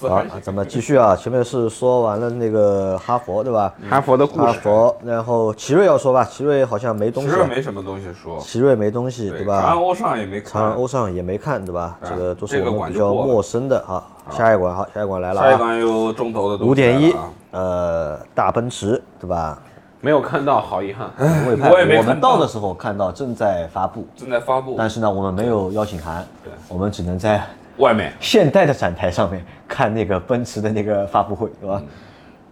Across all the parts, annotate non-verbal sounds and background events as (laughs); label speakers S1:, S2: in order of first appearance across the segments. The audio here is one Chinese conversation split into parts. S1: 好，咱们继续啊，前面是说完了那个哈佛，对吧？
S2: 哈佛的故
S1: 哈
S2: 事，
S1: 佛，然后奇瑞要说吧，奇瑞好像没东
S3: 其
S1: 西，
S3: 实没什么东西说，
S1: 奇瑞没东西，
S3: 对
S1: 对
S3: 长安
S1: 吧？
S3: 欧尚也没
S1: 长安
S3: 看，
S1: 欧尚也没看，对吧？
S3: 啊
S1: 这个都是
S3: 这个
S1: 我们
S3: 管
S1: 比
S3: 就
S1: 较
S3: 过了
S1: 陌生的啊。下一管好，下一管来了
S3: 下一
S1: 啊，
S3: 关有重头的东西
S1: 五点一
S3: 来了啊，
S1: 呃，大奔驰，对吧？
S2: 没有看到，好遗憾。
S1: 我也
S3: 我也没
S1: 我
S3: 看
S1: 们
S3: 到
S1: 到的时候看到正在发布，
S3: 正在发布
S1: 但是呢，我们没有邀请函，我们只能在
S3: 外面
S1: 现代的展台上面看那个奔驰的那个发布会，对吧？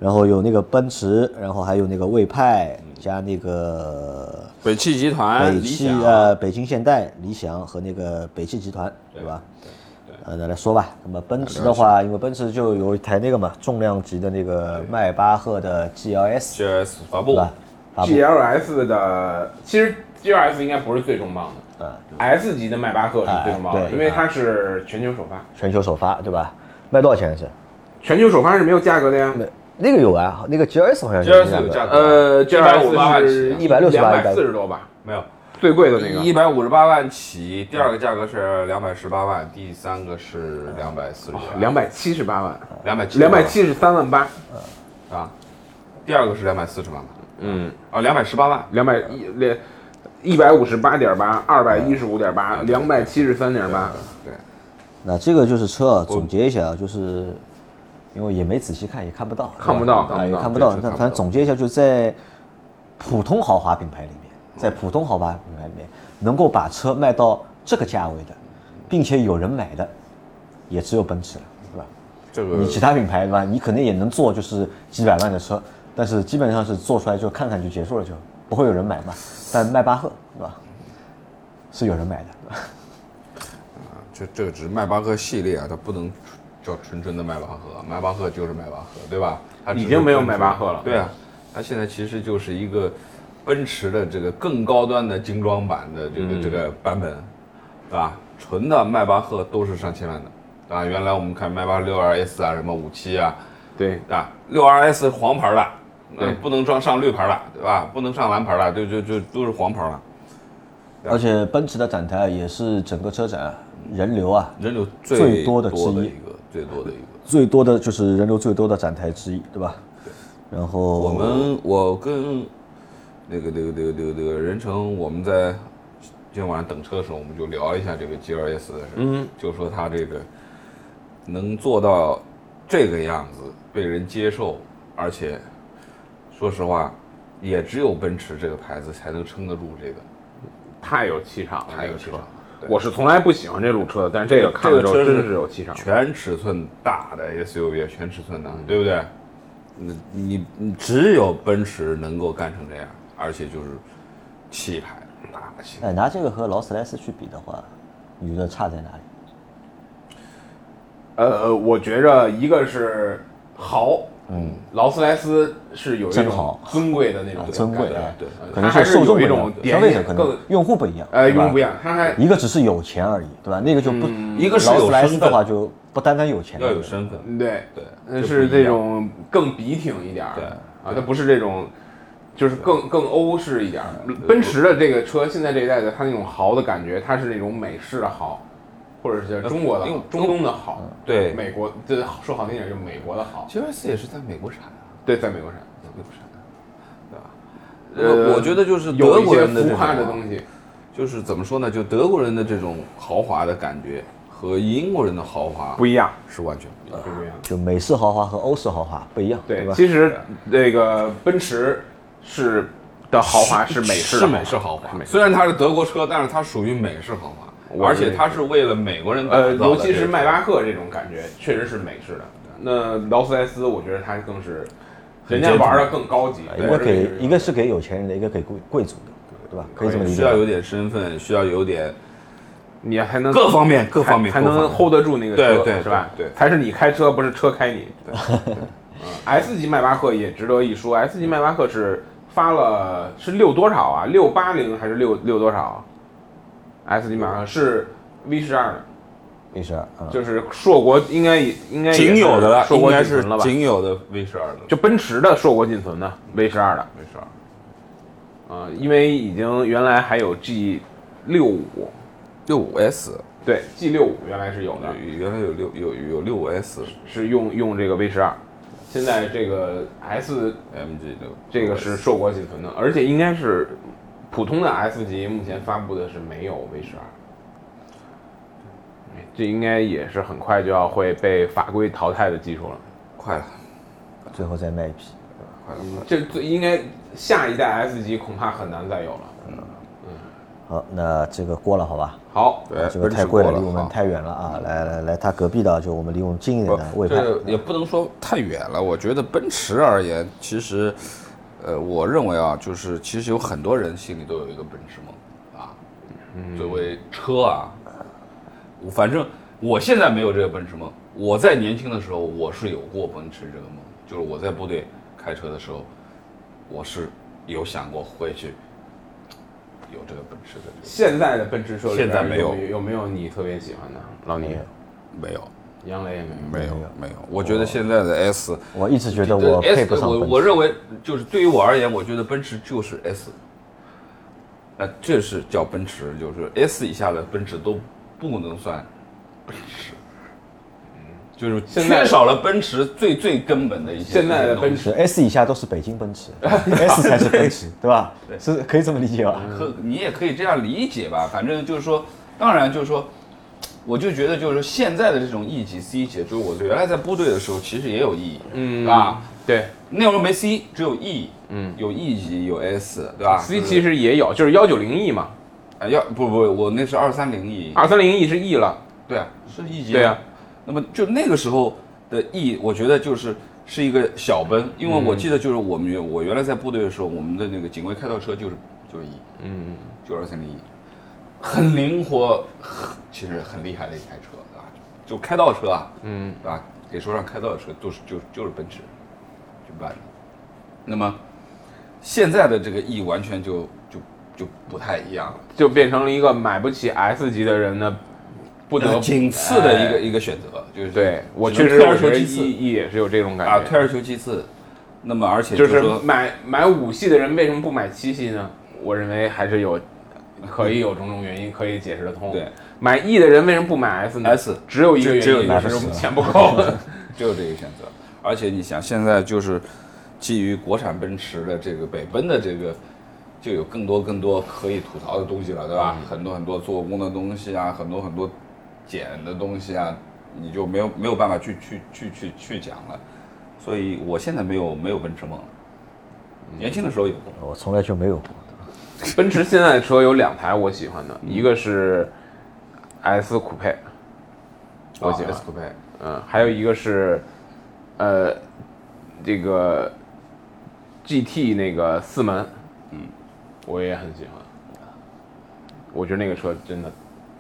S1: 然后有那个奔驰，然后还有那个魏派加那个
S3: 北汽集团
S1: 北
S3: 理
S1: 汽
S3: 想
S1: 呃北京现代、理想和那个北汽集团，对吧？呃，那来说吧。那么奔驰的话，因为奔驰就有一台那个嘛重量级的那个迈巴赫的 GLS，
S3: GS 发
S1: 对
S3: 布，
S1: 吧？发布
S2: GLS 的其实 GLS 应该不是最重磅的，s 级的迈巴赫是最重磅
S1: 哎
S2: 的，
S1: 对
S2: 因为它是全球首发，
S1: 全球首发，对吧？卖多少钱是？
S2: 全球首发是没有价格的呀。
S1: 那个有啊，那个 GLS 好像有
S3: GS 有价格
S2: 呃
S3: 158
S2: GLS 是
S3: 万
S1: 起168
S2: 两百四十多吧，
S3: 没有。
S2: 最贵的那个。
S3: 一百五十八万起，第二个价格是两百十八万，第三个是两百四十万，
S2: 两百七十八万，
S3: 两百七，
S2: 两百七十三万八，
S3: 啊，第二个是两百四十万吧？
S2: 嗯，
S3: 啊，两百十八万，
S2: 两百一两一百五十八点八，二百一十五点八，两百七十三点
S1: 嗯
S2: 八，
S3: 对，
S1: 那这个就是车啊，总结一下啊，就是因为也没仔细看，也看不到，
S2: 看不
S1: 对吧
S2: 到
S1: 啊，也看
S3: 看
S1: 不
S3: 不到
S1: 到。
S3: 这
S1: 但
S3: 看不
S1: 反正
S3: 到
S1: 总结一下，就在普通豪华品牌里面，在普通豪华品牌里面，能够把车卖到这个价位的，并且有人买的，也只有奔驰了，对吧？
S3: 这
S1: 你其他品牌对吧？你可能也能做就是几百万的车，但是基本上是做出来就看看就结束了，就不会有人买嘛。但迈巴赫对吧？是有人买的，对吧
S3: 这这个只是迈巴赫系列啊，它不能叫纯纯的迈巴赫，迈巴赫就是迈巴赫，对吧？它只是
S2: 已经没有迈巴赫了
S3: 对啊，它现在其实就是一个奔驰的这个更高端的精装版的这个、
S2: 嗯
S3: 这个版本，对吧？纯的迈巴赫都是上千万的，啊，原来我们看迈巴六 RS 啊，什么五七啊，
S2: 对，
S3: 啊，六 RS 是黄牌的，
S2: 对
S3: 嗯，不能装上绿牌了，对吧？不能上蓝牌了，就就就都是黄牌了，
S1: 而且奔驰的展台啊也是整个车展啊人流啊
S3: 人流
S1: 最多
S3: 多
S1: 的之一
S3: 一个，最多的一个。
S1: 最多的就是人流最多的展台之一，对吧？然后
S3: 我们我跟那个那个那个那个那个任成，我们在今天晚上等车的时候，我们就聊一下这个 GLS 的事，嗯，就说它这个能做到这个样子，被人接受，而且说实话，也只有奔驰这个牌子才能撑得住这个，
S2: 太有气场了，
S3: 太有
S2: 这个
S3: 市
S2: 车
S3: 场。对
S2: 我是从来不喜欢这路车的，但是这个看了之后
S3: 这个车是
S2: 真是有气场。
S3: 全尺寸大的 SUV，全尺寸的，对不对？你你你只有奔驰能够干成这样，而且就是气派大气派。
S1: 哎拿这个和劳斯莱斯去比的话，你觉得差在哪里？
S2: 呃，我觉着一个是豪，嗯，劳斯莱斯是有一
S1: 真
S2: 种
S1: 豪
S2: 尊贵的那种
S1: 啊尊贵
S2: 感觉
S1: 啊，
S3: 对对
S1: 可能
S2: 它还是
S1: 受众不
S2: 有一
S1: 一
S2: 种
S1: 样，消
S2: 典
S1: 费者可
S2: 雅，
S1: 能
S2: 更
S1: 用户不一样，
S2: 呃
S1: 对吧
S2: 用户不一样，它还
S1: 一个只是有钱而已，对吧？那个就不，
S3: 一个是有
S1: 劳斯莱斯
S3: 身
S1: 的
S3: 份
S1: 话就不单单有钱，
S3: 要有身份，
S2: 对
S3: 对
S2: 呃
S3: 这嗯不一
S2: 是
S3: 样
S2: 这种更笔挺一点儿，
S3: 对
S2: 啊，它不是这种。就是更更欧式一点儿的，奔驰的这个车，现在这一代的它那种豪的感觉，它是那种美式的豪，或者
S3: 呃
S2: 是中国的
S3: 因为
S2: 中东的豪，
S3: 嗯对
S2: 美国这说好听点就是美国的豪，
S3: GLS 也是在美国产啊，
S2: 对，在美国产，
S3: 在美国产啊，对吧？
S2: 呃
S3: 我我觉得就是
S2: 有
S3: 德
S2: 一
S3: 国
S2: 些
S3: 人的这
S2: 浮
S3: 种
S2: 夸
S3: 啊
S2: 的东西，
S3: 就是怎么说呢？就德国人的这种豪华的感觉和英国人的豪华
S2: 不一样，
S3: 是完全不一样。啊
S2: 不一样。
S1: 就美式豪华和欧式豪华不一样，对
S2: 对，
S1: 吧？
S2: 其实那个奔驰是的豪华是美式
S3: 是
S2: 的
S3: 美式豪华
S2: 美，式
S3: 虽然它是德国车，但是它属于美式豪华，
S2: 我
S3: 而且它是为了美国人打造
S2: 呃，
S3: 的
S2: 尤其
S3: 这
S2: 是
S3: 个
S2: 迈巴赫这种感觉，确实是美式的。那劳斯莱斯，我觉得它更是，人家玩的更高
S3: 哎
S2: 级，
S1: 一个
S2: 我认为
S1: 给
S2: 是
S1: 一个是给有钱人的，一个给贵贵族的，对吧？可以这么理
S3: 需
S1: 解
S3: 要
S1: 吧。
S3: 有点身份，需要有点
S2: 你还能
S3: 各方面各方面
S2: 才才
S3: 各方
S2: 能
S3: 面
S2: hold 得住那个车，
S3: 对对
S2: 是吧？
S3: 对对
S2: 才是你开车，不是车开你。 (laughs) 对 S 级迈巴赫也值得一说，S 级迈巴赫是发了是六多少啊？六八零还是六六多少？S 级迈巴赫是 V 十二的，
S1: 意思啊，嗯
S2: 就是硕国应该也应该也
S3: 仅有的了，
S2: 硕
S3: 应
S2: 国
S3: 该
S2: 仅
S3: 是
S2: 存了吧？
S3: 仅有的 V 十二的
S2: 就奔驰的硕果仅存的 V 十二的呃
S3: V 十二。
S2: 啊、因为已经原来还有 G 六五
S3: 六五 S
S2: 对 G 六五原来是有的，
S3: 原来有六有有六 S
S2: 是用用这个 V 十二，现在这个 S
S3: MG 的，
S2: 这个是硕果仅存的，而且应该是普通的 S 级目前发布的是没有 V 十二，哎这应该也是很快就要会被法规淘汰的技术了。
S3: 快了，
S1: 最后再卖一批。
S3: 快了，
S2: 这最应该下一代 S 级恐怕很难再有了。
S1: 好，那这个过了好吧？
S2: 好，
S3: 快了，
S1: 啊这
S3: 对，
S1: 个
S3: 奔
S1: 太
S3: 驰
S1: 贵
S3: 过
S1: 了，
S3: 了
S1: 离我们
S3: 哈
S1: 太远了啊！来来来，它隔壁的就我们离我们近一点的魏
S3: 不，
S1: 派。
S3: 这也不能说太远了。我觉得奔驰而言，其实，呃，我认为啊，就是其实有很多人心里都有一个奔驰梦啊。作为车啊，我反正我现在没有这个奔驰梦。我在年轻的时候，我是有过奔驰这个梦，就是我在部队开车的时候，我是有想过回去有这个奔驰的这
S2: 现在的奔驰车里边
S3: 现在没有
S2: 有没有你特别喜欢的？老倪，
S3: 个没有，
S2: 杨磊也没有。
S3: 没有，没有。哦我觉得现在的 S。
S1: 我一直觉得我
S3: 对
S1: 配不
S3: S，
S1: 上
S3: 我
S1: 奔
S3: 我
S1: 驰。
S3: 认为就是对于我而言，我觉得奔驰就是 S，那这是叫奔驰，就是 S 以下的奔驰都不能算奔驰，嗯就是
S2: 现在
S3: 缺少了奔驰最最根本的一些
S2: 现在的奔
S3: 驰。
S1: 是 S 以下都是北京奔驰，S 才是奔驰，对吧？是可以这么理解吧？
S3: 可你也可以这样理解吧，反正就是说，当然就是说，我就觉得就是说现在的这种 E 级、C 级，就是我原来在部队的时候其实也有意义，
S2: 嗯
S3: 啊对吧？
S2: 对
S3: 那时候没 C，只有 E，嗯，有 E 级，有 S，对吧
S2: ，C
S3: 就是
S2: 其实也有，就是幺九零 E 嘛，
S3: 啊，要不不，我那是二三零亿，
S2: 二三零 E 是 E 了，
S3: 对啊，是一级。
S2: 对啊，
S3: 那么就那个时候的亿，我觉得就是是一个小奔，因为我记得就是我们原我原来在部队的时候，我们的那个警卫开道车就是就是亿，嗯，就二三零亿，很灵活， (laughs) 很其实很厉害的一台车啊，就开道车啊，嗯，对吧？给说上开道的车都是就就是奔驰，就办的。那么现在的这个亿完全就就就不太一样了。
S2: 就变成了一个买不起 S 级的人的不得不
S3: 呃仅次的一个
S2: 哎
S3: 一个选择，就是
S2: 对我
S3: 只能
S2: 确实，
S3: 退而
S2: 我
S3: 求
S2: 觉得
S3: 其
S2: E
S3: 次
S2: E 也是有这种感觉
S3: 啊，退而求其次。那么而且
S2: 就
S3: 就是说，
S2: 买买五系的人为什么不买七系呢？我认为还是有可以有种种原因可以解释得通。
S3: 对，
S2: 买 E 的人为什么不买 S 呢
S3: S
S2: 只有一个
S3: 只只有
S2: 原
S3: 一
S2: 因，
S3: 个
S2: 就
S3: 原
S2: 是
S3: 因
S2: 钱
S3: (laughs)
S2: 不够。
S3: 只有这个选择。而且你想，现在就是基于国产奔驰的这个北奔的这个，就有更多更多可以吐槽的东西了，对吧？
S2: 嗯
S3: 很多很多做工的东西啊，很多很多减的东西啊，你就没有没有办法去去去去去讲了。所以我现在没有没有奔驰梦了，
S2: 嗯
S3: 年轻的时候有过。
S1: 我从来就没有过。
S2: 奔驰现在的车有两台我喜欢的，
S3: 嗯
S2: 一个是 S 酷配，我喜欢，
S3: S 酷 (laughs) 配，
S2: 嗯，还有一个是呃这个 GT 那个四门，嗯，我也很喜欢，我觉得那个车真的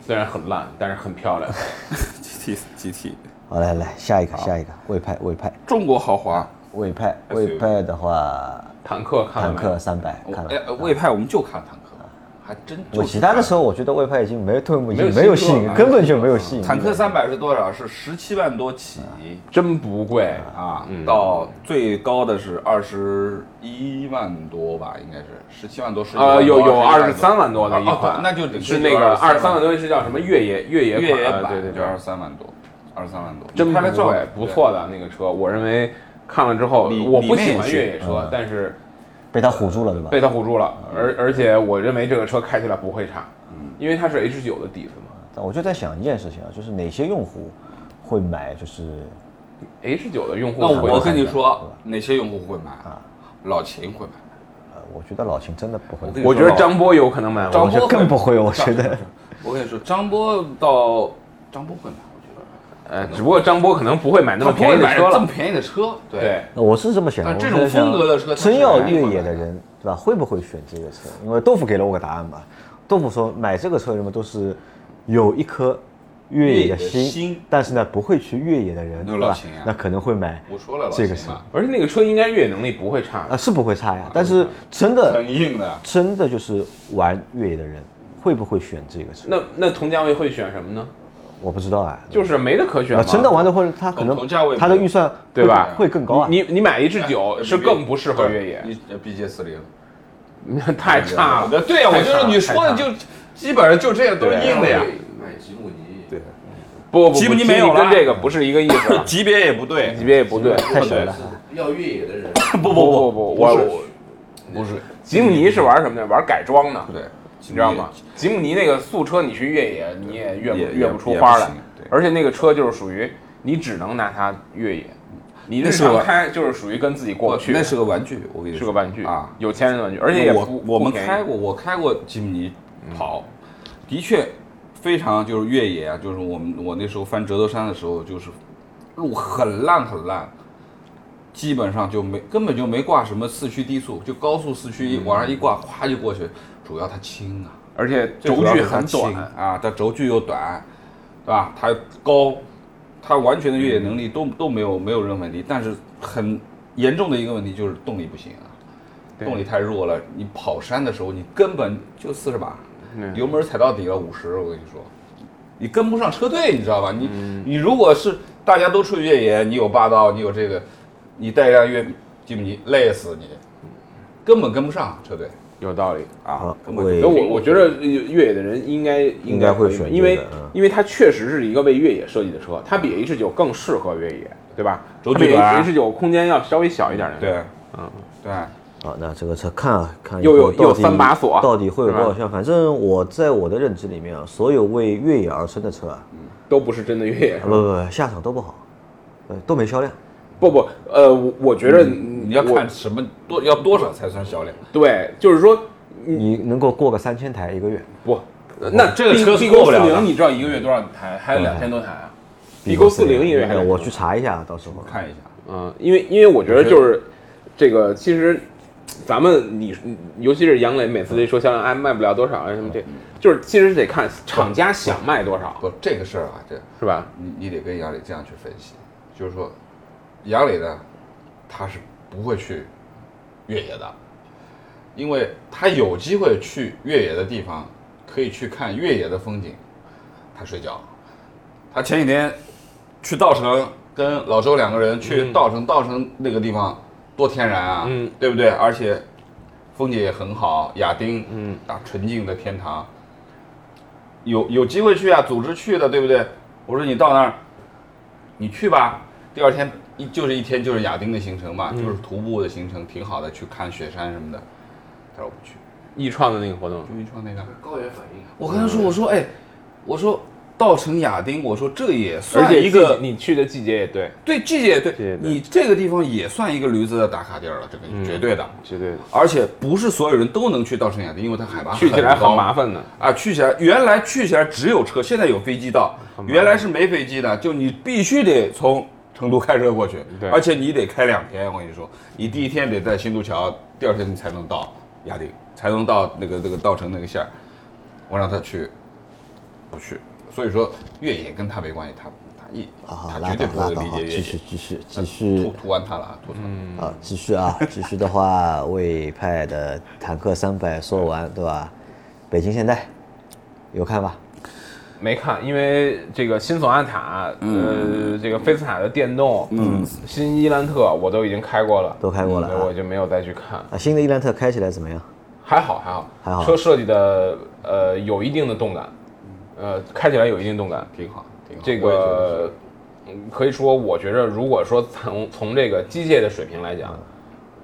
S2: 虽然很烂，但是很漂亮。
S3: GT GT，
S1: 好，来来下一个，下一个魏派，魏派，
S3: 中国豪华。
S1: 魏派，
S3: SUV
S1: 魏派的话，
S2: 坦克看了
S1: 坦
S2: 没？
S1: 克三百
S3: 我
S1: 看了啊
S3: 哎，。呃魏派我们就看坦克，还真就
S1: 我其他的时候，我觉得魏派已经没对我们已经
S2: 没
S1: 没
S2: 有
S1: 有
S2: 吸
S1: 吸
S2: 引
S1: 引
S2: 力
S1: 力
S2: 了，
S1: 根本就没有吸引力。
S3: 坦克三百是多少？是十七万多起
S1: 啊
S2: 真不贵，
S3: 啊，
S2: 嗯
S3: 到最高的是二十一万多吧，应该是十七万多，十
S2: 呃，有有二十三万多的一款，
S3: 哦那就得
S2: 是那个二十三万多是叫什么越野越野
S3: 越
S2: 款
S3: 野
S2: 呃
S3: 版，
S2: 对对
S3: 就
S2: 对，
S3: 二十三万多，二十三万多，
S2: 真
S3: 拍了
S2: 不
S3: 照
S2: 贵，不错的那个车，我认为看了之后，
S3: 里
S2: 我不
S3: 里面
S2: 喜
S3: 也
S2: 欢
S3: 是
S2: 越野车，但是
S1: 被他唬住了，对吧？
S2: 被它唬住了，而而且我认为这个车开起来不会差，因为它是 H 九的底子嘛
S1: 但我就在想一件事情啊，就是哪些用户会买，就是
S2: ，H 九的用户
S3: 那
S2: 会
S3: 我
S2: 买
S3: 跟你说
S1: 吧，啊
S3: 哪些用户会买？老秦会买，
S1: 呃，我觉得老秦真的不会
S3: 我
S1: 买
S3: 跟。你
S2: 我觉得张波有可能买，
S3: 张
S1: 我觉得
S3: 波
S1: 更不会，
S3: 张
S1: 我觉得。
S3: 我跟你说，张波到张波会买，我觉得。
S2: 呃，只不过张波可能不会买那么
S3: 他不会
S2: 便宜的
S3: 买
S2: 车
S3: 这么
S2: 了，
S3: 便宜的车，
S2: 对，
S1: (laughs) 我是这么想的，
S3: 但
S1: 我
S3: 啊这
S1: 是
S3: 种
S1: 在想
S3: 风格的车它
S1: 真
S3: 是
S1: 要
S3: 很
S1: 越
S3: 难
S1: 野
S3: 买的
S1: 的人，对吧？会不会选这个车？因为豆腐给了我个答案嘛。豆腐说，买这个车的人们都是有一颗越野的
S3: 越
S1: 心，
S3: 野的心
S1: 但是呢，不会去越野的人，
S3: 那
S1: 对
S3: 老
S1: 吧
S3: 秦啊？
S1: 那可能会买，
S3: 我说了老
S1: 这个
S3: 秦
S1: 是
S3: 嘛，
S2: 而且那个车应该越野能力不会差
S1: 啊，，是不会差呀。但是真的，
S3: 很硬的。
S1: 真的就是玩越野的人，会不会选这个车？
S2: 那那同价位会选什么呢？
S1: 我不知道啊。
S2: 就是没得可选
S1: 啊，
S2: 嘛，
S1: 真的玩的会，他可
S3: 同
S1: 能
S3: 同价位
S1: 他的
S3: 没有
S1: 预算
S2: 对
S1: 会
S2: 吧
S1: 会更高啊。
S2: 你你你买 H
S3: 哎
S2: 九是更不适合越野，
S3: 你 BJ 四零
S2: (laughs) 太差了。
S3: 对呀，我就是你说的
S2: 啊太差了
S3: 就基本上就这样都是硬的呀。
S4: 买吉姆尼
S2: 不不不，
S3: 吉姆尼没有
S2: 吉姆尼跟
S3: 了，
S2: 这个不是一个意思
S3: (coughs)
S2: 啊
S3: (laughs) 级别也不对
S2: 级，别也不对。
S1: 太神了。
S4: 要越野
S1: (coughs)
S4: 的人，
S3: (laughs) 不
S2: 不
S3: 不
S2: 不，
S3: 不
S2: 我
S3: 是
S2: 我
S3: 不是，
S2: 吉姆尼是玩什么的？玩改装的，
S3: 对，
S2: 你知道吗？吉姆尼那个速车，你去越野你也越不
S3: 也
S2: 越
S3: 也
S2: 不
S3: 也
S2: 出
S3: 不
S2: 花来
S3: 行对，
S2: 而且那个车就是属于你只能拿它越野，你日
S3: 那是
S2: 常
S3: 个
S2: 开就是属于跟自己过不去，
S3: 那是个玩具，我跟你
S2: 是
S3: 说
S2: 个玩具
S3: 啊。
S2: 有钱人的玩具，而且也
S3: 我
S2: 不
S3: 我们嗯
S2: 不便宜
S3: 开过，我开过吉姆尼跑，的确非常就是越野啊，就是我们我那时候翻折头山的时候，就是路很烂很烂，基本上就没根本就没挂什么四驱低速，就高速四驱一往上一挂，咵就过去，主要它轻啊。
S2: 而且
S3: 最
S2: 轴
S3: 主要
S2: 距
S3: 是它
S2: 很
S3: 轻
S2: 短，
S3: 啊，它轴距又短，对吧？它高，它完全的越野能力都都没有没有任何问题，但是很严重的一个问题就是动力不行啊，
S2: 对
S3: 动力太弱了。你跑山的时候，你根本就四十把，
S2: 嗯
S3: 油门踩到底了五十，我跟你说，你跟不上车队，你知道吧？你、你如果是大家都出去越野，你有霸道，你有这个，你带一辆越吉姆尼，累死你，根本跟不上车队
S2: 有道理。
S3: 啊
S1: 啊，
S3: 根本
S1: 我也
S3: 跟
S2: 所
S3: 不
S2: 以
S3: 上
S2: 我我觉得越野的人应该应
S1: 应该会
S2: 可以
S1: 选
S2: 因为
S1: 这个嗯
S2: 因为它确实是一个为越野设计的车，它比 H 九更适合越野，对吧？
S3: 轴
S2: 它
S3: 距
S2: 比
S3: 短
S2: H 九空间要稍微小一点的。
S3: 对，，对。
S1: 啊，那这个车看啊看以
S2: 又
S1: 后
S2: 有又有
S1: 到底
S2: 三把锁
S1: 到底会有
S2: 是
S1: 多
S2: 吧
S1: 少项？反正我在我的认知里面啊，所有为越野而生的车啊，
S2: 都不是真的越野
S1: 啊。不不不，下场都不好，呃，都没销量。
S2: 不不，呃，我我觉得你
S3: 嗯你要看什么多要多少才算销量？
S2: 对，就是说
S1: 你能够过个三千台一个月，
S2: 不，那
S3: 这个
S2: B-
S3: 车
S2: B
S3: 过
S2: 勾
S3: 不
S2: 四
S3: 了的嗯
S2: 零，你知道一个月多少台？还有两千多台啊。B 勾
S1: 勾
S2: 四零一个月还
S1: 我去
S2: 去，
S1: 查一下，到时候
S3: 看一下，
S2: 嗯，因为因为我觉得就是这个，其实咱们你尤其是杨磊每次这说销量哎卖不了多少啊什么这，就是其实得看厂家想卖多少，
S3: 不，这个事儿啊，这
S2: 是吧？
S3: 你你得跟杨磊这样去分析，就是说，杨磊呢，他是不会去越野的，因为他有机会去越野的地方，可以去看越野的风景，他睡觉。他前几天去稻城，跟老周两个人去稻城，稻城那个地方多天然啊，
S2: 嗯
S3: 对不对？而且风景也很好，亚丁，
S2: 嗯，
S3: 啊，纯净的天堂。有有机会去啊，组织去的，对不对？我说你到那儿，你去吧。第二天一就是一天就是亚丁的行程嘛，就是徒步的行程，挺好的，去看雪山什么的。他说我不去，
S2: 易创的那个活动，
S3: 就一创那个。
S4: 高原反应。
S3: 我跟他说，我说哎，我说稻城亚丁，我说这也
S2: 而
S3: 算
S2: 且
S3: 一个
S2: 你去的季节也对，
S3: 对季节对，嗯
S2: 季节对
S3: 你这个地方也算一个驴子的打卡地儿了，这个绝对的。
S2: 绝对的，
S3: 而且不是所有人都能去稻城亚丁，因为它海拔
S2: 去起来很
S3: 高
S2: 麻烦的。
S3: 啊，去起来原来去起来只有车，现在有飞机到，原来是没飞机的，就你必须得从成都开车过去
S2: 对，
S3: 而且你得开两天。我跟你说，你第一天得在新都桥，第二天你才能到亚丁，才能到那个那个稻城那个线儿。我让他去，不去。所以说越野跟他没关系，他他一
S1: 啊，好
S3: 他
S1: 拉
S3: 绝
S1: 倒
S3: 对不
S1: 拉
S3: 会
S1: 倒，
S3: 理
S1: 好
S3: 解越
S1: 继
S3: 野
S1: 续。继续
S2: 嗯
S1: 继续
S3: 吐吐完他了啊，吐他了。
S1: 啊，继续啊，继续的话，魏派的坦克三百说完对吧？北京现代有看吧？
S2: 没看，因为这个新索纳塔，
S1: 嗯
S2: 呃，这个菲斯塔的电动，嗯，新伊兰特我都已经开过了，
S1: 都开过了
S2: 嗯
S1: 啊
S2: 我就没有再去看。
S1: 啊，新的伊兰特开起来怎么样？ (laughs)
S2: 还好还好，
S1: 还好
S2: 车设计的呃有一定的动感，呃，开起来有一定动感，
S3: 挺好，挺好。
S2: 这
S3: 我也觉得是
S2: 个嗯可以说，我觉着如果说从从这个机械的水平来讲，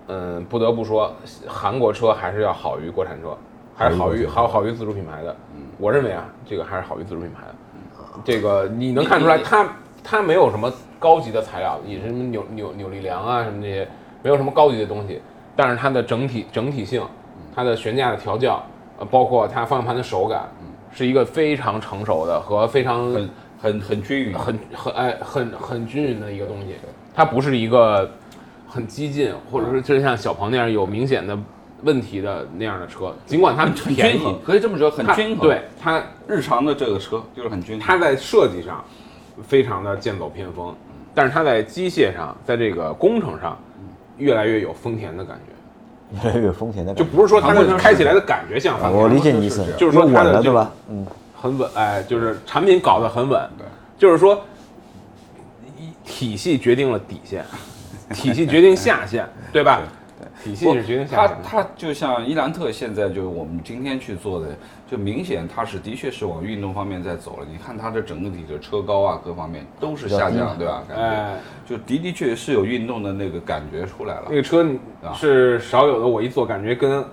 S2: 嗯，不得不说韩国车还是要好于国产车，还是好于好好于自主品牌的。
S3: 嗯
S2: 我认为啊，这个还是好于自主品牌的。这个你能看出来，
S3: 你
S2: 它它没有什么高级的材料，也是什么扭扭扭力梁啊什么这些，没有什么高级的东西，但是它的整体整体性，
S3: 嗯
S2: 它的悬架的调教，呃，包括它方向盘的手感，是一个非常成熟的和非常
S3: 嗯很很很均匀，
S2: 很很哎很很均匀的一个东西，它不是一个很激进，或
S3: 嗯
S2: 者是就像小鹏那样有明显的问题的那样的车。尽管它
S3: 很
S2: 便
S3: 均
S2: 宜，
S3: 衡，可以这么说，很
S2: 它
S3: 均衡。嗯
S2: 对它
S3: 日常的这个车就是很均衡。
S2: 它在设计上非常的剑走偏锋，
S3: 嗯
S2: 但是它在机械上，在这个工程上越来越有丰田的感觉，
S1: 越来越有丰田的
S2: 就
S1: 感觉。
S2: 不是说它
S3: 韩国
S2: 的
S3: 车是
S2: 开起来的感觉像
S1: 啊
S2: 丰田，
S1: 我理解你意思
S3: 是，
S2: 就是说
S1: 又
S2: 它
S1: 稳
S2: 的
S1: 了
S2: 这
S1: 对
S2: 个
S1: 吧？嗯，
S2: 很稳，哎，就是产品搞得很稳，就是说，一体系决定了底线，体系决定下限，对吧？体系
S3: 不
S2: 是决定下
S3: 它
S2: 限的。
S3: 它就像伊兰特现在就是我们今天去做的就明显它是的确是往运动方面在走了。你看它的整体的车高啊，各方面都是下
S1: 比较
S3: 降，
S1: 低
S3: 对吧？感觉
S2: 哎，
S3: 就的的确是有运动的那个感觉出来了 (laughs)
S2: 那。个车
S3: 啊
S2: 是少有的，我一坐感觉跟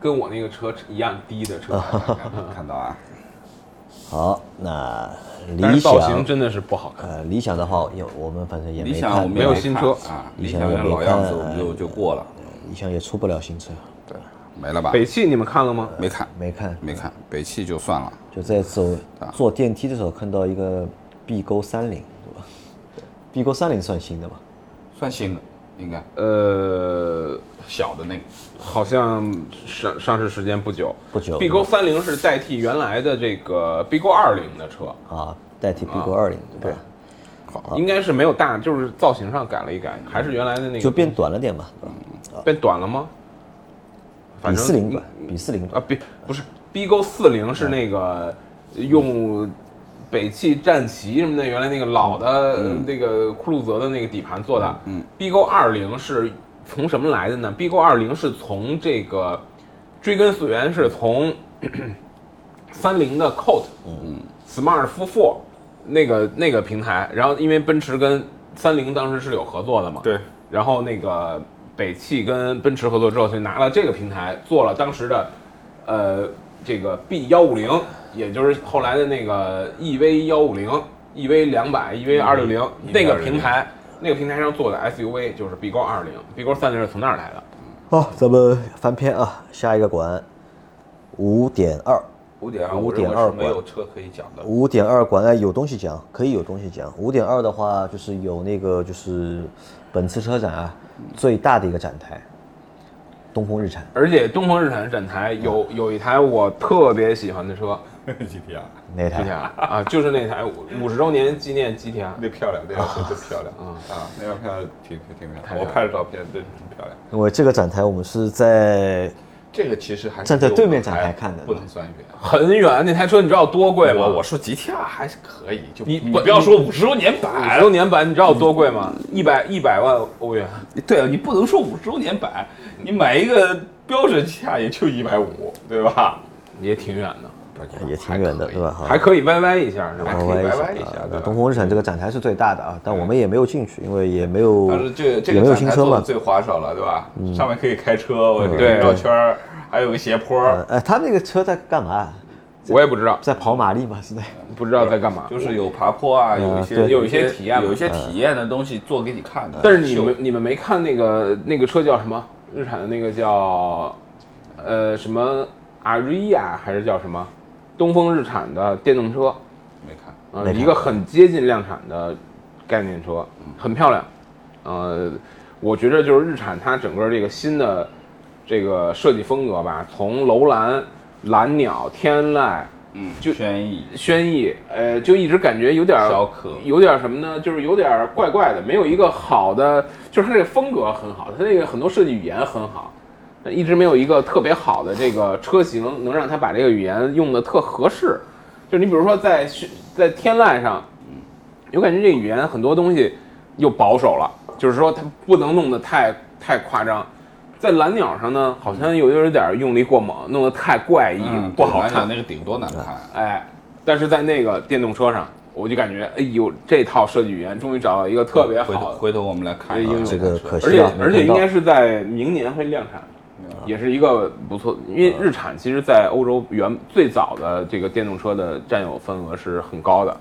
S2: 跟我那个车一样低的车，
S3: 看到啊，
S1: 好，那
S2: 但
S1: 理
S2: 是造型
S1: 想，
S2: 真的是不好看。
S1: 呃，理想的话，也我们反 (laughs) 正也
S3: 理
S1: 没
S3: 想我
S1: 看，
S3: 们
S2: 没
S3: 也
S2: 有
S3: 看
S2: 新车
S3: 啊，
S1: 理
S3: 理
S1: 想
S3: 想
S1: 也
S3: 是
S1: 没
S3: 老样
S1: 看
S3: 子，我们就就过了，
S1: 理想也出不了新车，
S3: 对，没了吧？
S2: 北汽你们看了吗？
S3: 没看，
S1: 没看。
S3: 没看，北汽就算了。
S1: 就这次我
S2: 啊
S1: 坐电梯的时候看到一个 B 勾三零，对吧？B 勾三零算新的吧？
S3: 算新的，应该
S2: 呃，
S3: 小的那个，
S2: 好像上上市时间不久，
S1: 不久
S2: B 勾三零是代替原来的这个 B 勾二零的车，
S1: 啊，代替 B 勾二零，对吧？啊
S2: 应该是没有大，就是造型上改了一改，还是原来的那个，
S1: 就变短了点嘛，对吧
S2: 变短了吗？啊反
S1: 比
S2: 正
S1: 四零短，比四零短。
S2: 啊，不不是 B 勾四零是那个用北汽战旗什么的，原来那个老的那个酷路泽的那个底盘做的。嗯，B 勾二零是从什么来的呢？B 勾二零是从这个追根溯源是从 (clears throat) 三菱的 Coat，嗯，Smart 夫妇那个那个平台，然后因为奔驰跟三菱当时是有合作的嘛，
S3: 对，
S2: 然后那个北汽跟奔驰合作之后，就拿了这个平台做了当时的呃这个 B 幺五零，也就是后来的那个 EV 幺五零、EV 两百、EV 嗯 E 二六零那个平台，那个平台上做的 SUV 就是 B 勾二零、B 勾三零是从那儿来的。
S1: 好，咱们翻篇啊，下一个管五点二，
S3: 五点二，
S1: 5.2
S3: 我认为是没
S1: 管
S3: 有车可以讲 (laughs) 的。
S1: 五点二管哎有东西讲，可以有东西讲。五点二的话就是有那个就是本次车展啊最大的一个展台，东风日产。
S2: 而且东风日产展台有有一台我特别喜欢的车
S3: GTR
S1: 那台
S2: ，GTR 啊，就是那台五十周年纪念 GTR，
S3: 那漂亮，那辆车真漂亮啊啊，那辆漂亮挺挺挺漂
S2: 太
S3: 亮，
S2: 漂
S3: 我
S2: 亮
S3: 拍的照片真挺漂亮。
S1: 因为这个展台我们是在
S3: 这个其实还是
S1: 站在
S3: 离我
S1: 对
S3: 们
S1: 面展
S3: 还
S1: 台看的
S3: 不能算远。
S2: 很远，那台车你知道多贵吗？
S3: 我我说 GTR 还是可以，就
S2: 你
S3: 你
S2: 不
S3: 不要说五十周年
S2: 五
S3: 版
S2: 十，周年版你知道多贵吗？一百一百万欧元，
S3: 对啊，你不能说五十周年版，你买一个标准旗下也就一百五，对吧？
S2: 也挺远的，
S1: 也挺远的，对吧？？好
S2: 还可以歪歪一下是吧？
S3: 还
S1: 我
S3: 可以
S1: 也
S3: 歪
S1: 想
S3: 歪一下
S1: 啊
S3: 对吧嗯
S1: 东风日产这个展台是最大的啊，但我们也没有进去，因为也没有
S3: 但是这这
S1: 也没
S3: 个
S1: 有
S3: 展
S1: 新
S3: 台
S1: 车
S3: 做的
S1: 嘛。
S3: 最划算了，对吧？
S1: 嗯
S3: 上面可以开车，我这个
S2: 对
S3: 绕圈儿，还有个斜坡儿，
S1: 呃，哎，他那个车在干嘛？啊
S2: 我也不知道，
S1: 在跑马力吗？是在
S3: 嗯
S2: 不知道在干嘛。
S3: 就是有爬坡啊，有一些
S1: 嗯对嗯
S3: 有一些
S2: 有一些体验嘛
S3: 有一些体验的东西做给你看的。
S2: 但是你
S3: 呃秀
S2: 们你们没看那个那个车叫什么？日产的那个叫呃什么 Aria 还是叫什么？东风日产的电动车，
S3: 没看，
S2: 啊、
S1: 没看
S2: 一个很接近量产的概念车，很漂亮。呃，我觉着就是日产它整个这个新的这个设计风格吧，从楼兰、蓝鸟、天籁、
S3: 嗯，就轩逸，
S2: 轩逸，呃，就一直感觉有点儿
S3: 小可
S2: 有点儿什么呢？就是有点儿怪怪的，没有一个好的，就是它这个风格很好，它这个很多设计语言很好，但一直没有一个特别好的这个车型能让它把这个语言用的特合适。就你比如说在轩在天籁上，有感觉这语言很多东西又保守了，就是说它不能弄得太太夸张。在蓝鸟上呢，好像有有点儿用力过猛，弄得太怪异，
S3: 嗯，
S2: 不好看。
S3: 那个顶多难看。
S2: 哎，但是在那个电动车上，我就感觉，哎呦，这套设计语言终于找到一个特别
S3: 回头
S2: 好的，
S3: 回头我们来看一
S2: 哎
S3: 下
S2: 呦
S1: 这个
S3: 车
S1: 可
S2: 而
S1: 惜
S2: 且
S1: 啊，没
S2: 而且
S1: 看到
S2: 应该是在明年会量产，也是一个不错，因为日产其实，在欧洲原最早的这个电动车的占有份额是很高的，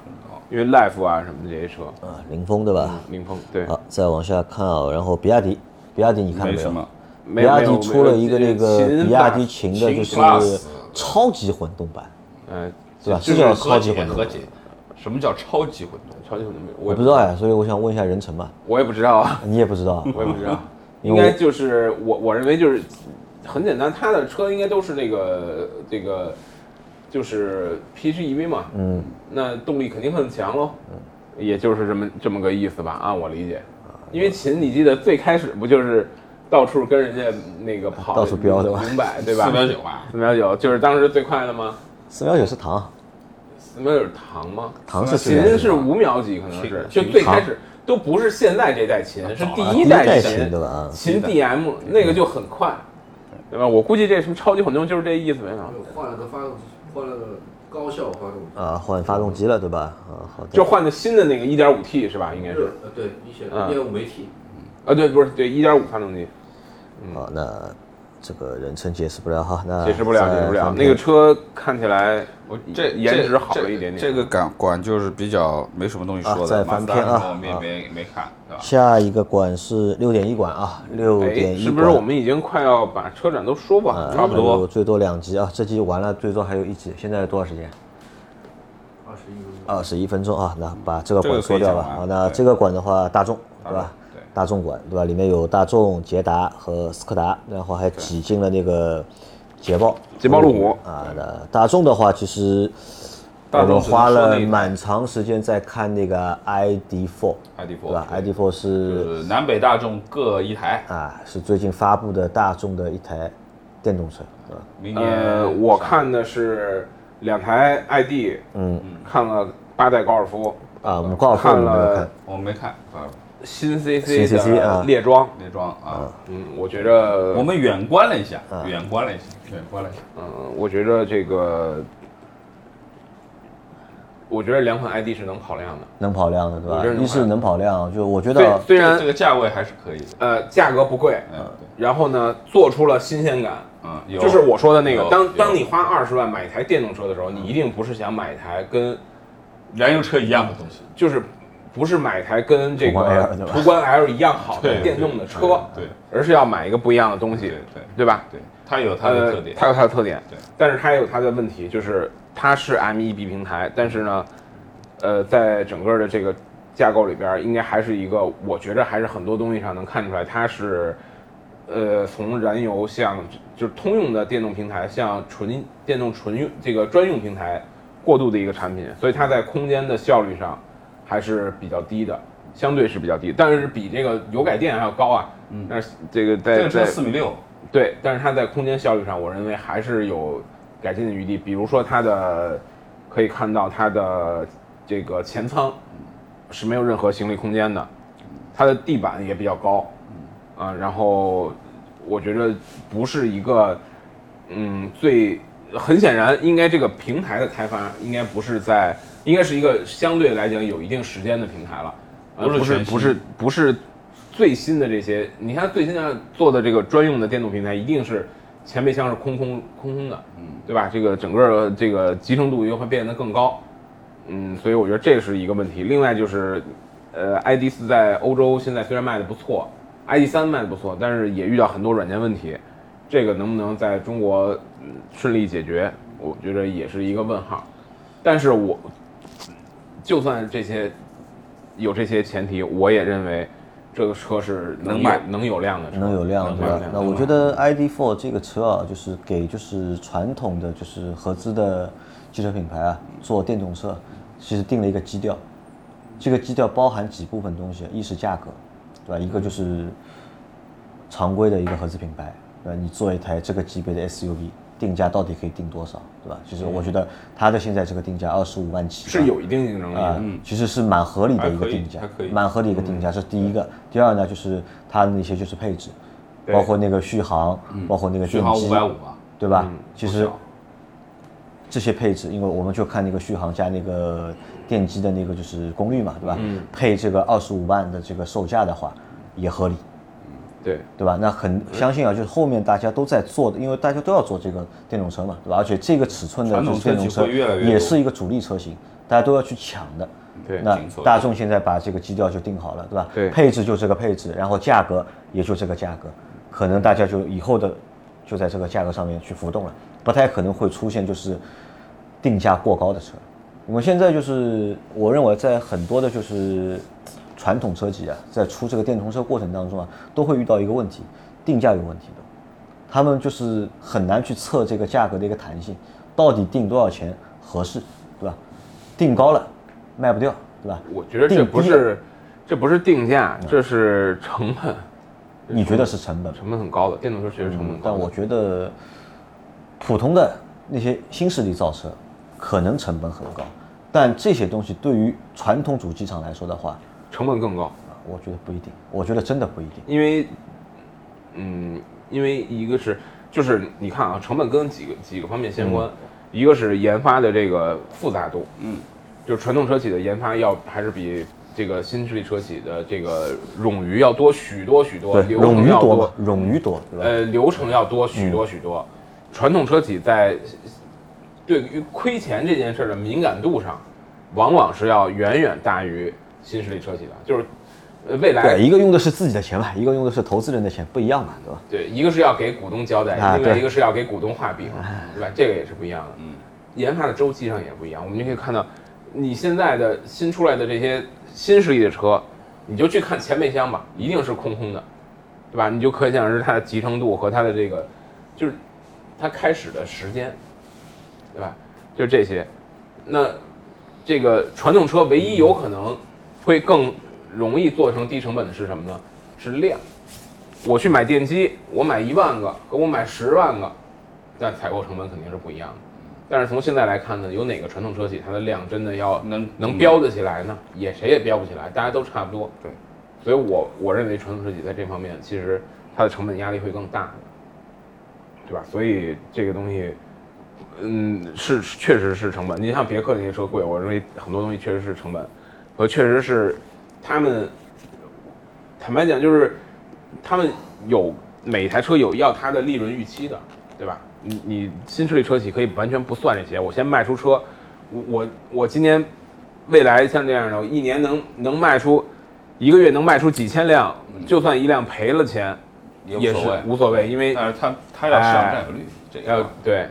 S2: 因为 Life 啊什么的这些车，
S1: 啊，凌风对吧？
S2: 凌风对，
S1: 好，再往下看啊，然后比亚迪，比亚迪你看了
S3: 没
S1: 没
S3: 什
S1: 有
S3: 么？，
S2: 没
S1: 比亚
S2: 没有
S1: 迪出了一个那个比亚迪，秦的，
S3: 秦
S1: 就是
S3: Plus
S1: 超级混动版，
S2: 嗯，
S1: 对吧？
S3: 就是
S1: 叫
S3: 和
S1: 超级
S3: 解
S1: 混动
S3: 和
S1: 版，
S3: 解。什么叫超级混动？
S2: 超级混动，
S1: 我
S2: 我
S1: 不知道呀，所以我想问一下任晨吧，
S2: 我也不知道啊。
S1: 你也不知道
S2: (laughs)
S1: 啊，
S2: 我也不知道，
S1: 因
S2: 应
S1: 为
S2: 该
S1: 我
S2: 就是我我认为就是很简单，它的车应该都是那个这个就是 PHEV 嘛，嗯，那动力肯定很强喽，
S1: 嗯
S2: 也就是这么这么个意思吧，按我理解，
S1: 啊
S2: 因为秦你记得最开始不就是到处跟人家那个跑
S1: 到处飙对吧
S2: 零百对吧？
S3: 四秒九吧，
S2: 四秒九就是当时最快的吗？
S1: 四幺九是唐，
S2: 四秒九是唐吗？
S1: 唐是四幺
S2: 秦
S1: 九，
S2: 是五秒几，可能是就
S3: 秦
S2: 最开始都不是现在这代秦，是第一代
S1: 啊代
S2: 秦
S1: 秦对吧？啊，
S2: 秦 DM 那个就很快，对吧？我估计这什么超级混动就是这意思没有。啊
S4: 换了个发动机，换了个高效发动机，
S1: 啊，换发动机了对吧？啊，好的。
S2: 就换的新的那个 1.5T 是吧？应该
S4: 对
S2: 是，
S4: 呃对，一些
S2: 嗯
S4: 一点五没提，
S2: 啊，对，不是对1.5发动机，
S1: 好，那这个人称解释不了哈，那
S2: 解释不了，
S1: 再
S2: 解释不了。
S1: 看看
S2: 那个车看起来
S3: 我这
S2: 颜值
S3: 这
S2: 好了一点点
S3: 这个感官就是比较没什么东西说
S1: 啊
S3: 的。
S1: 再翻篇啊
S3: Mazda 我们也
S1: 啊
S3: 没没看，对吧？
S1: 下一个管是六点一管啊，六
S2: 哎，
S1: 点一
S2: 是
S1: 管，
S2: 不是我们已经快要把车展都说完
S1: 呃
S2: 了？
S3: 差不多
S1: 还有最多两集啊，这集完了最多还有一集，现在多少时间？
S4: 二十一分钟。
S1: 二十一分钟啊，那把这个
S3: 这个
S1: 馆
S3: 可以
S1: 说掉
S3: 讲
S1: 吧。
S3: 完
S1: 好，那
S3: 对
S1: 这个馆的话，大众对吧？
S3: 对
S1: 大众馆对吧？里面有大众、捷达和斯柯达，然后还挤进了那个捷豹、
S2: 捷豹路虎
S1: 啊。那大众的话，其实我
S3: 大众
S1: 们
S3: 只能
S1: 花
S3: 说
S1: 了
S3: 那一
S1: 蛮长时间在看那个 ID.4，
S3: ID.4
S1: 对吧
S3: 对
S1: ？ID.4 是
S3: 就是南北大众各一台，
S1: 啊，是最近发布的大众的一台电动车，对吧？
S3: 明
S2: 呃，
S3: 年
S2: 我看的是两台 ID，嗯，看了八代高尔夫，
S1: 啊，我们高尔夫我们没有看
S2: 了，
S3: 我们没看啊，
S2: 新
S1: 新
S2: CC
S1: CC 啊
S2: 的猎装，
S3: 那装啊，
S2: 嗯，我觉着
S3: 我们远观了一下，远观了一下，远观了一下。
S2: 嗯，我觉着这个，我觉得两款 ID 是能跑量的。
S1: 能跑量的，对
S2: 我
S1: 吧
S2: 这？能
S1: 一是
S2: 买
S1: 能跑量，就我觉
S2: 虽
S1: 得
S2: 虽
S3: 这个
S2: 然
S3: 这个价位还是可以的，
S2: 呃价格不贵，
S3: 嗯，对，
S2: 然后呢做出了新鲜感，
S3: 嗯，有
S2: 就是我说的那个
S3: 有，
S2: 当
S3: 有
S2: 当你花二十万买一台电动车的时候，你一定不是想买一台跟
S3: 燃油车一样的东西，
S2: 就是不是买一台跟这
S1: 途观 L，
S2: 个
S1: 对吧
S2: 途观 L 一样好
S3: 对
S2: 的
S3: 对
S2: 电动的车，
S3: 对
S2: 而是要买一个不一样的东
S3: 对
S2: 西，
S3: 对
S2: 对吧？
S3: 对，它有它的
S2: 呃
S3: 特点，
S2: 它有它的特点，
S3: 对
S2: 但是它也有它的问题，就是它是 MEB 平台，但是呢，呃，在整个的这个架构里边儿，应该还是一个，我觉着还是很多东西上能看出来，它是呃从燃油向就是通用的电动平台向纯电动纯用这个专用平台过渡的一个产品，所以它在空间的效率上还是比较低的。相对是比较低，但是比这个油改电还要高啊。嗯，但是这个在
S3: 这个车
S2: 在
S3: 四米六，
S2: 对，但是它在空间效率上，我认为还是有改进的余地。比如说它的，可以看到它的这个前舱是没有任何行李空间的，它的地板也比较高，啊，然后我觉得不是一个，嗯，最很显然，应该这个平台的开发应该不是在，应该是一个相对来讲有一定时间的平台了，呃
S3: 不是
S2: 不是
S3: 全新
S2: 不是不是最新的这些，你看最新的做的这个专用的电动平台，一定是前备箱是空空空空的，嗯，对吧？这个整个这个集成度又会变得更高，嗯，所以我觉得这是一个问题。另外就是，呃，ID 四在欧洲现在虽然卖的不错，ID 三卖的不错，但是也遇到很多软件问题，这个能不能在中国嗯顺利解决，我觉得也是一个问号。但是我就算这些有这些前提，我也认为这个车是
S3: 能
S2: 有
S3: 卖
S2: 能有量的车，
S1: 能有量，对
S2: 能有
S1: 吧
S2: 量？
S1: 那我觉得 ID.4 这个车啊，就是给就是传统的就是合资的汽车品牌啊，做电动车，其实定了一个基调。这个基调包含几部分东西，一是价格，对吧？一个就是常规的一个合资品牌，对吧？你做一台这个级别的 SUV，定价到底可以定多少，对吧？其实我觉得它的现在这个定价二十五万起，
S2: 是有一定竞争力
S1: 啊
S2: 的。，
S1: 其实是蛮合理的一
S3: 嗯还
S1: 个
S3: 可以
S1: 定价
S3: 还可以，嗯
S1: 蛮合理一个定价是第一个。第二呢，就是它的那些就是配置，
S2: 对
S1: 包括那个续航，包括那个
S3: 嗯续
S1: 电
S3: 航
S1: 机
S3: 五，百五啊，
S1: 对吧
S2: 嗯？
S1: 其
S3: 不
S1: 实
S3: 小
S1: 这些配置，因为我们就看那个续航加那个电机的那个就是功率嘛，对吧？
S3: 嗯
S1: 配这个二十五万的这个售价的话，也合理。
S3: 嗯
S2: 对，
S1: 对吧？那很相信啊，就是后面大家都在做的，因为大家都要做这个电动车嘛，对吧？而且这个尺寸的
S3: 传
S1: 就
S3: 统
S1: 是电
S3: 车
S1: 动
S3: 企
S1: 车
S3: 会越来越多
S1: 也是一个主力车型，大家都要去抢的。
S2: 对
S1: 那
S3: 紧凑
S1: 大众现在把这个基调就定好了，对吧？
S2: 对
S1: 配置就这个配置，然后价格也就这个价格，可能大家就以后的就在这个价格上面去浮动了，不太可能会出现就是定价过高的车。我们现在就是，我认为在很多的就是传统车企啊，在出这个电动车过程当中啊，都会遇到一个问题，定价有问题的，他们就是很难去测这个价格的一个弹性，到底定多少钱合适，对吧？定高了卖不掉，对吧？
S2: 我觉得这
S1: 定
S2: 不
S1: 低了
S2: 是这不是定价，这是成本，
S1: 你觉得是成本？
S2: 成本很高的，电动车确实成本高
S1: 嗯但
S2: 的
S1: 我觉得普通的那些新势力造车可能成本很高，但这些东西对于传统主机厂来说的话，
S2: 成本更高。
S1: 啊我觉得不一定，我觉得真的不一定。
S2: 因为，嗯，因为一个是就是你看啊，成本跟几个几个方面相关，一个是研发的这个复杂度，
S5: 嗯，
S2: 就是传统车企的研发要还是比这个新势力车企的这个冗余要多许多许
S1: 对，
S2: 多，流
S1: 冗
S2: 程
S1: 余
S2: 要
S1: 多嘛，嗯冗余多，对吧？
S2: 呃，流程要多许多许多。传统车企在对于亏钱这件事儿的敏感度上，往往是要远远大于新势力车企的。就是呃未来
S1: 对，一个用的是自己的钱嘛，一个用的是投资人的钱，不一样嘛，对吧？
S2: 对，一个是要给股东交代，
S1: 啊
S2: 另
S1: 对
S2: 外
S1: 啊
S2: 一个是要给股东画饼，对吧？这个也是不一样的。
S5: 嗯，
S2: 研发的周期上也不一样。我们就可以看到，你现在的新出来的这些新势力的车，你就去看前备箱吧，一定是空空的，对吧？你就可想而知它的集成度和它的这个，就是它开始的时间，对吧？就这些。那这个传动车唯一有可能会更容易做成低成本的是什么呢？是量。我去买电机，我买一万个和我买十万个，那采购成本肯定是不一样的。但是从现在来看呢，有哪个传统车企它的量真的要
S5: 能
S2: 能标得起来呢？也谁也标不起来，大家都差不多。
S5: 对，
S2: 所以我我认为传统车企在这方面其实它的成本压力会更大，对吧？所以这个东西，嗯，是是确实是成本。你像别克那些车贵，我认为很多东西确实是成本，和确实是他们坦白讲就是他们有每台车有要它的利润预期的，对吧？你你新势力车企可以完全不算这些，我先卖出车，我我我今年未来像这样的，我一年能能卖出，一个月能卖出几千辆，就算一辆赔了钱，
S3: 也
S2: 也
S3: 无
S2: 是
S3: 所谓。
S2: 无所谓，因为
S3: 但是它它要市场占有率，这
S2: 呃
S3: 个
S2: 对。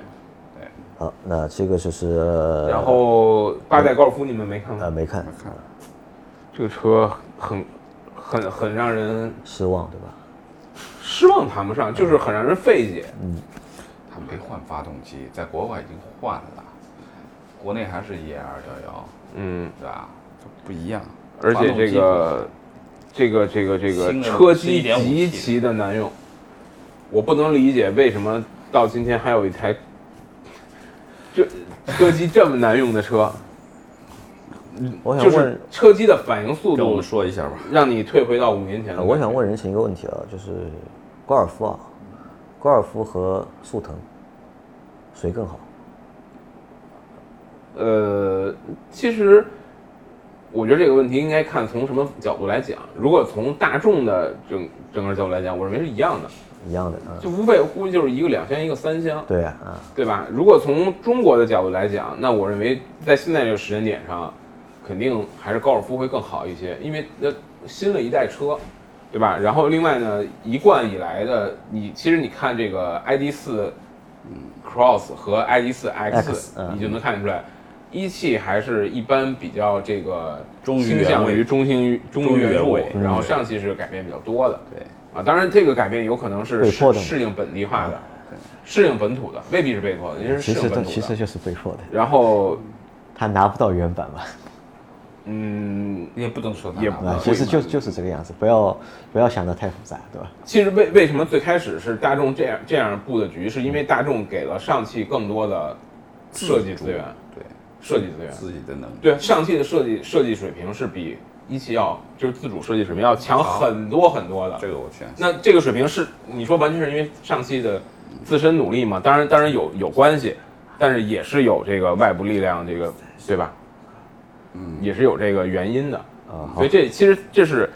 S1: 好，呃那这个就是
S2: 然后八代高尔夫你们没看
S1: 呃
S2: 吗？
S1: 没看，
S2: 这个车很很很让人
S1: 失望对吧？
S2: 失望，谈不上，就是很让人费解。
S3: 它没换发动机，在国外已经换了，国内还是 E 二幺幺，
S2: 嗯，
S3: 对吧？它不一样，
S2: 而且
S3: 发动
S2: 这个这个这个这个
S3: 新的
S2: 车机
S3: 11.5
S2: 极
S3: 系
S2: 其的难用，我不能理解为什么到今天还有一台这车机这么难用的车，
S1: 哎我想
S2: 就
S1: 问，
S2: 是车机的反应速
S3: 机跟我
S2: 度
S3: 们说一下吧。
S2: 让你退回到五年前的
S1: 呃
S2: 感觉。
S1: 我想问人情一个问题啊，就是高尔夫啊，高尔夫和速腾谁更好？
S2: 呃，其实我觉得这个问题应该看从什么角度来讲。如果从大众的整整个角度来讲，我认为是一样的，
S1: 一样的啊，
S2: 就无非乎就是一个两厢一个三厢，
S1: 对啊，啊
S2: 对吧？如果从中国的角度来讲，那我认为在现在这个时间点上，肯定还是高尔夫会更好一些，因为那新了一代车，对吧？然后另外呢，一贯以来的你，其实你看这个 ID 四嗯 Cross 和 ID 四 X，
S1: X，嗯
S2: 你就能看出来，一汽还是一般比较这个
S3: 忠于
S2: 倾向
S3: 原
S2: 于
S3: 味
S2: 中兴于忠
S3: 忠
S2: 于
S3: 于
S2: 原
S3: 原
S2: 味
S3: 味，
S2: 然后上汽是改变比较多的。
S3: 对，
S2: 啊，当然这个改变有可能是
S1: 被迫
S2: 适
S1: 的嘛
S2: 适应本地化的，适应本土的，未必是被迫的，因为是
S1: 其
S2: 适
S1: 实
S2: 应
S1: 这
S2: 本土
S1: 其实
S2: 的。
S1: 就是被迫的，
S2: 然后，
S1: 他拿不到原版嘛，
S2: 嗯，
S3: 也不能说它
S2: 也
S3: 拿
S2: 不
S3: 不
S2: 啊
S1: 啊
S3: 到，
S1: 其实就就是这个样子，不要不要想的太复杂，对吧？
S2: 其实为为什么最开始是大众这样这样布的局，是因为大众给了上汽更多的设计资源，
S3: 对
S2: 设计资源。
S3: 自己的能力。
S2: 对，上汽的设计设计水平是比一汽要就是自主设计水平要强
S3: 好
S2: 很多很多的。
S3: 这个我全信。
S2: 那这个水平是你说完全是因为上汽的自身努力吗？当然，当然有有关系，但是也是有这个外部力量，这个对吧？嗯，也是有这个原因的。
S1: 啊，好
S2: 所以，这其实这是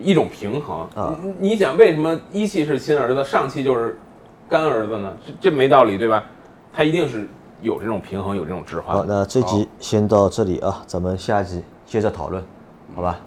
S2: 一种平衡
S1: 啊
S2: 你你想为什么一汽是亲儿子，上汽就是干儿子呢？这这没道理，对吧？它一定是有这种
S1: 啊
S2: 平衡，有这种置换
S1: 好，
S2: 的。
S1: 那这集先到这里啊，咱们下集接着讨论，好吧？